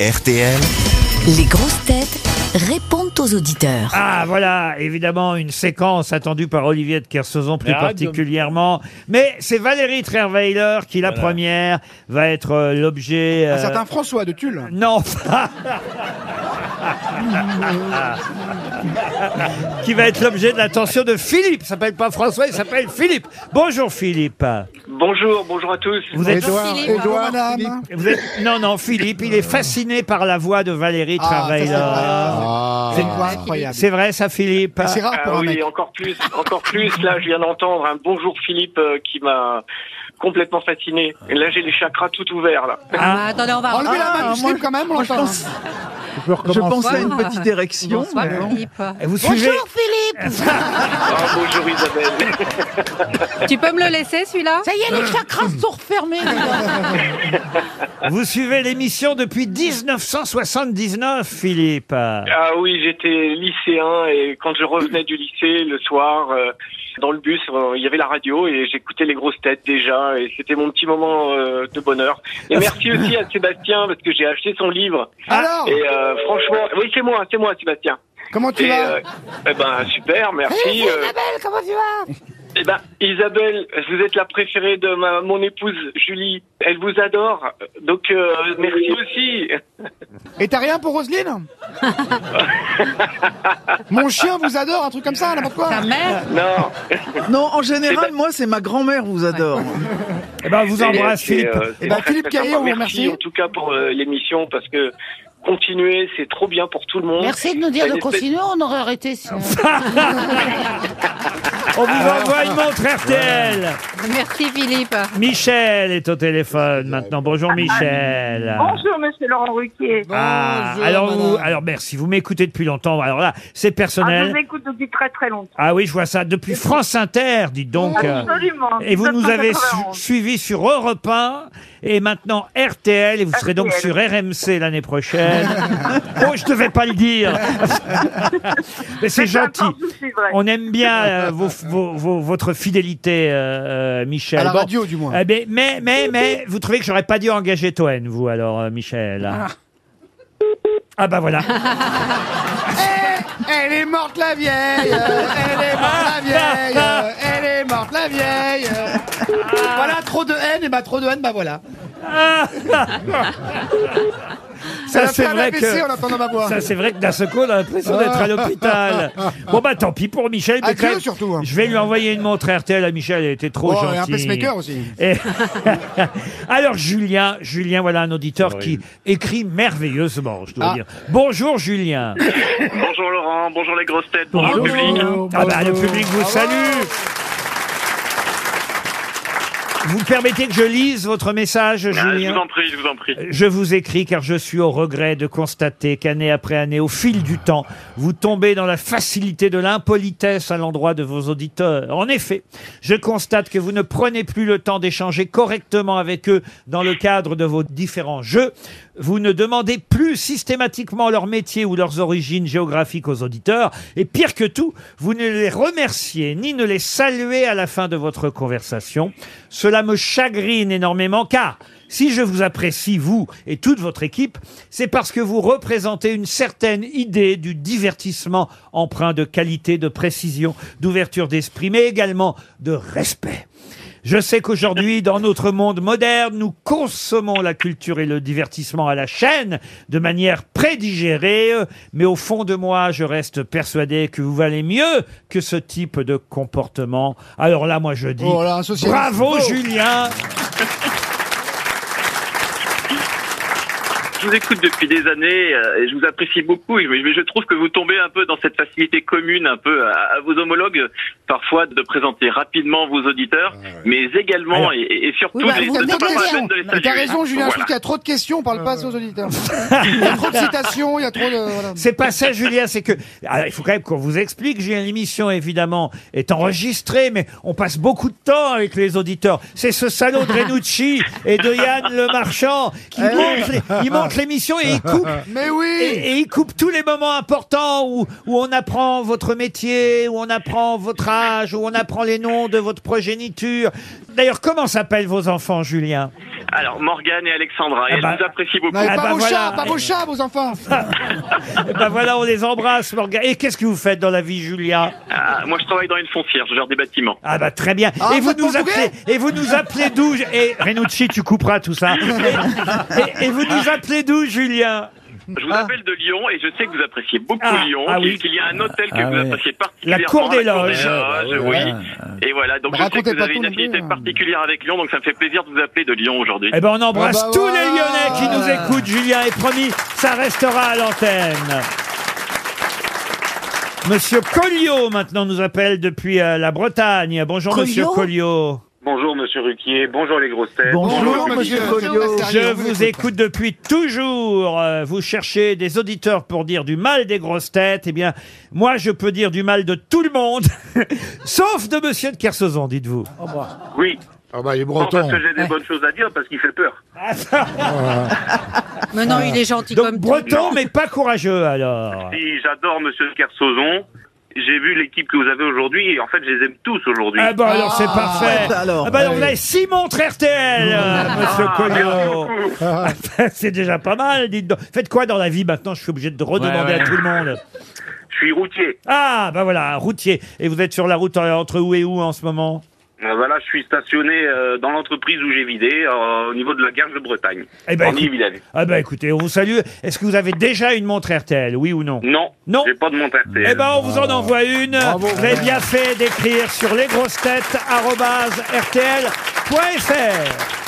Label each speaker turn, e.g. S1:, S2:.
S1: RTL.
S2: Les grosses têtes répondent aux auditeurs.
S3: Ah, voilà, évidemment, une séquence attendue par Olivier de Kersauzon plus
S4: Mais arrête de-
S3: particulièrement. Mais c'est Valérie Trierweiler qui, la première, va être euh, l'objet... euh,
S5: Un certain François de Tulle.
S3: Non Qui va être l'objet de l'attention de Philippe. Il s'appelle pas François, il s'appelle Philippe. Bonjour Philippe.
S6: Bonjour, bonjour à tous.
S3: Vous êtes...
S5: Édouard, Édouard, Philippe.
S3: vous êtes- Non, non, Philippe, il est fasciné par la voix de Valérie
S5: Ah, ça, c'est
S3: Trierweiler.
S5: vrai. C'est une voix incroyable.
S3: C'est vrai ça, Philippe
S5: C'est rare pour
S6: Ah
S5: un
S6: oui,
S5: mec.
S6: encore plus, encore plus. Là, je viens d'entendre un bonjour Philippe euh, qui m'a complètement fasciné. Et là, j'ai les chakras tout ouverts là.
S3: Ah.
S7: attendez, on va. Ah,
S5: Enlevez la main du slip quand même, on l'entend, hein.
S4: Je pense à une petite érection.
S7: Bonsoir,
S4: mais bon.
S7: Philippe.
S3: Vous suivez
S2: Philippe
S6: Ah, bonjour Isabelle.
S7: Tu peux me le laisser celui-là
S2: Ça y est, les chakras sont refermés
S3: Vous suivez l'émission depuis 1979, Philippe.
S6: Ah oui, j'étais lycéen et quand je revenais du lycée le soir euh, dans le bus, euh, il y avait la radio et j'écoutais les grosses têtes déjà et c'était mon petit moment euh, de bonheur. Et merci aussi à Sébastien parce que j'ai acheté son livre
S5: Ah. Alors,
S6: et euh, franchement, oui c'est moi, c'est moi Sébastien.
S5: comment tu
S6: Et,
S5: vas Eh,
S6: euh, eh ben super, merci. euh,
S2: comment tu vas
S6: Eh ben, Isabelle, vous êtes la préférée de ma, mon épouse Julie. Elle vous adore, donc euh, merci aussi.
S5: Et t'as rien pour Roselyne Mon chien vous adore, un truc comme ça, n'importe quoi.
S7: Ta mère
S6: Non.
S4: Non, en
S6: Eh ben-
S4: général, moi, c'est ma grand-mère vous adore.
S3: Eh ben, vous embrasse,
S6: Et,
S3: Philippe.
S6: euh, c'est
S5: Eh ben,
S6: très, très
S5: Philippe Carrier,
S6: sympa.
S5: on vous
S6: merci,
S5: remercie.
S6: en tout cas pour euh, l'émission parce que continuer, c'est trop bien pour tout le monde.
S2: Merci de nous dire
S6: Une
S2: de
S6: espèce-
S2: continuer, on aurait arrêté sinon.
S3: On vous envoie une montre RTL.
S7: Merci Philippe.
S3: Michel est au téléphone maintenant. Bonjour, Michel.
S8: Bonjour, monsieur Laurent Ruquier.
S3: Ah,
S5: Bonjour,
S3: alors, vous-
S5: madame.
S3: alors merci, vous m'écoutez depuis longtemps. Alors là, c'est
S8: Ah, je
S3: personnel.
S8: vous écoute depuis très très longtemps.
S3: Ah oui, je vois ça depuis France Inter, dites donc.
S8: Ah, Absolument.
S3: Et vous nous avez su-
S8: 1991.
S3: suivi sur Europe 1 et maintenant RTL et vous serez donc sur RMC l'année prochaine. oh, je devais pas le dire. Mais c'est
S8: Mais peu
S3: gentil.
S8: importe, je vous suivrai.
S3: On aime bien euh, vos- vos- vos- votre fidélité, euh, euh, Michel.
S5: À la
S3: Bon.
S5: radio, du moins.
S3: Eh ben, mais, mais, mais, vous trouvez que j'aurais pas dû engager Toen, vous, alors, euh, Michel Ah bah voilà.
S5: Elle est morte la vieille, euh, elle est morte la vieille, euh, elle est morte la vieille. euh. Voilà, trop de haine, et bah trop de haine, bah voilà.
S3: Ça, c'est
S5: Elle a
S3: vrai
S5: fait l'AVC
S3: que...
S5: en entendant ma voix.
S3: Ça, c'est vrai que d'un seul coup, on a l'impression d'être à l'hôpital. Bon, bah, tant pis pour Michel. mais
S5: Adieu,
S3: quand même,
S5: surtout, hein.
S3: Je vais lui envoyer une montre RTL à Michel. Elle était trop
S5: Oh,
S3: gentille.
S5: et un pacemaker aussi.
S3: Et- Alors, Julien, Julien, voilà un auditeur qui écrit merveilleusement, je dois
S5: Ah.
S3: dire. Bonjour, Julien.
S6: Bonjour Laurent, bonjour les grosses têtes, bonjour
S3: Bravo.
S6: le public.
S3: Ah bah, le public vous
S5: Bravo.
S3: salue. Vous permettez que je lise votre message,
S6: Ah, je
S3: Julien
S6: vous en prie, je vous en prie.
S3: je vous écris car je suis au regret de constater qu'année après année, au fil du temps, vous tombez dans la facilité de l'impolitesse à l'endroit de vos auditeurs. En effet, je constate que vous ne prenez plus le temps d'échanger correctement avec eux dans le cadre de vos différents jeux. Vous ne demandez plus systématiquement leur métier ou leurs origines géographiques aux auditeurs. Et pire que tout, vous ne les remerciez ni ne les saluez à la fin de votre conversation. Cela me chagrine énormément car si je vous apprécie, vous et toute votre équipe, c'est parce que vous représentez une certaine idée du divertissement empreint de qualité, de précision, d'ouverture d'esprit, mais également de respect. Je sais qu'aujourd'hui, dans notre monde moderne, nous consommons la culture et le divertissement à la chaîne de manière prédigérée, euh, mais au fond de moi, je reste persuadé que vous valez mieux que ce type de comportement. Alors là, moi, je dis,
S5: Oh là, un socialiste.
S3: bravo
S5: Oh.
S3: Julien
S6: Je vous écoute depuis des années euh, et je vous apprécie beaucoup. Et je- Mais je trouve que vous tombez un peu dans cette facilité commune, un peu à, à vos homologues, parfois de présenter rapidement vos auditeurs, mais également
S3: Alors-
S6: et, et surtout
S5: Oui, bah,
S6: de les-
S5: vous avez
S6: de-
S5: des
S6: c'est pas la
S5: questions.
S6: peine de les
S5: Mais Bah, T'as
S6: saluer.
S5: raison, Julien, je
S6: Voilà.
S5: trouve qu'il y a trop de questions, on parle
S3: Euh.
S5: pas aux auditeurs. Il y a trop de citations, il y a trop de. voilà.
S3: C'est pas ça, Julien, c'est que. Alors, il faut quand même qu'on vous explique, Julien. L'émission, évidemment, est enregistrée, mais on passe beaucoup de temps avec les auditeurs. C'est ce salaud de Renucci et de Yann Le Marchand qui monte les- il monte l'émission et il coupe.
S5: Mais oui
S3: Et, et il coupe tous les moments importants où, où on apprend votre métier, où on apprend votre âge, où on apprend les noms de votre progéniture. D'ailleurs, comment s'appellent vos enfants, Julien
S6: Alors, Morgane et Alexandra, et
S3: Ah
S6: elles
S3: bah.
S6: nous apprécient beaucoup.
S5: Non, mais
S3: Ah
S5: pas
S3: bah
S5: vos
S3: voilà.
S5: chats, pas vos chats, vos enfants.
S3: Eh ben voilà, on les embrasse, Morgane. Et qu'est-ce que vous faites dans la vie, Julia
S6: Ah, moi, je travaille dans une foncière, je gère des bâtiments.
S3: Ah bah très bien.
S5: Ah,
S3: et vous
S5: vous êtes
S3: nous
S5: portugais
S3: appelez, et vous nous appelez d'où Ju- Et Renucci, tu couperas tout ça. Et, et- et vous nous appelez d'où, Julien
S6: Je
S5: Ah.
S6: vous appelle de Lyon et je sais que vous appréciez beaucoup
S3: Ah,
S6: Lyon,
S3: ah oui.
S6: puisqu'il y a un hôtel que
S1: Ah
S6: vous
S1: ouais.
S6: appréciez particulièrement.
S3: La Cour des Loges.
S6: Loges, oui. Et voilà, donc
S5: Mais
S6: je sais
S5: Bah, racontez
S6: que vous
S5: pas
S6: avez
S5: tout
S6: une
S5: non plus,
S6: affinité
S5: hein.
S6: particulière avec Lyon, donc ça me fait plaisir de vous appeler de Lyon aujourd'hui.
S3: Eh ben on embrasse
S5: Ah bah
S3: tous
S5: voilà.
S3: les Lyonnais qui nous écoutent, Julien. Et promis, ça restera à l'antenne. Monsieur Colliot maintenant nous appelle depuis euh, la Bretagne. Bonjour
S2: Colliot
S3: Monsieur Colliot.
S6: Bonjour Monsieur Ruquier, bonjour les grosses têtes.
S4: Bonjour, monsieur Colliot.
S3: Je
S5: hein.
S3: vous écoute depuis toujours. Euh, Vous cherchez des auditeurs pour dire du mal des grosses têtes. Eh bien, moi, je peux dire du mal de tout le monde, sauf de Monsieur de Kersauzon, dites-vous.
S6: Oui,
S9: Ah bah, il est
S6: non, parce
S9: breton.
S6: que j'ai des bonnes choses à dire parce qu'il fait peur.
S7: Mais non, il est gentil
S3: Donc
S7: comme tout.
S3: breton, mais pas courageux alors.
S6: Si j'adore Monsieur Kersozon, j'ai vu l'équipe que vous avez aujourd'hui et en fait je les aime tous aujourd'hui.
S3: Ah bah alors c'est
S5: Ah,
S3: parfait.
S4: ouais, alors.
S3: ah bah alors, on a six montres RTL, euh, Monsieur
S6: Ah, merci
S3: Colliot.
S6: beaucoup.
S3: c'est déjà pas mal. Dites donc. Faites quoi dans la vie maintenant Je suis obligé de redemander
S1: Ouais, ouais.
S3: à tout le monde.
S6: Je suis routier.
S3: Ah bah voilà, routier. Et vous êtes sur la route euh, entre où et où en ce moment
S6: Euh, Voilà, je suis stationné euh, dans l'entreprise où j'ai vidé, euh, au niveau de la gare de Bretagne.
S3: Eh ben,
S6: en
S3: écoute-
S6: Ille-et-Vilaine.
S3: Ah bah écoutez, on vous salue. Est-ce que vous avez déjà une montre RTL, oui ou non
S6: Non,
S3: Non.
S6: j'ai pas de montre RTL.
S3: Eh ben on vous en envoie une. vous avez bien fait d'écrire sur lesgrossetêtes.rtl.fr.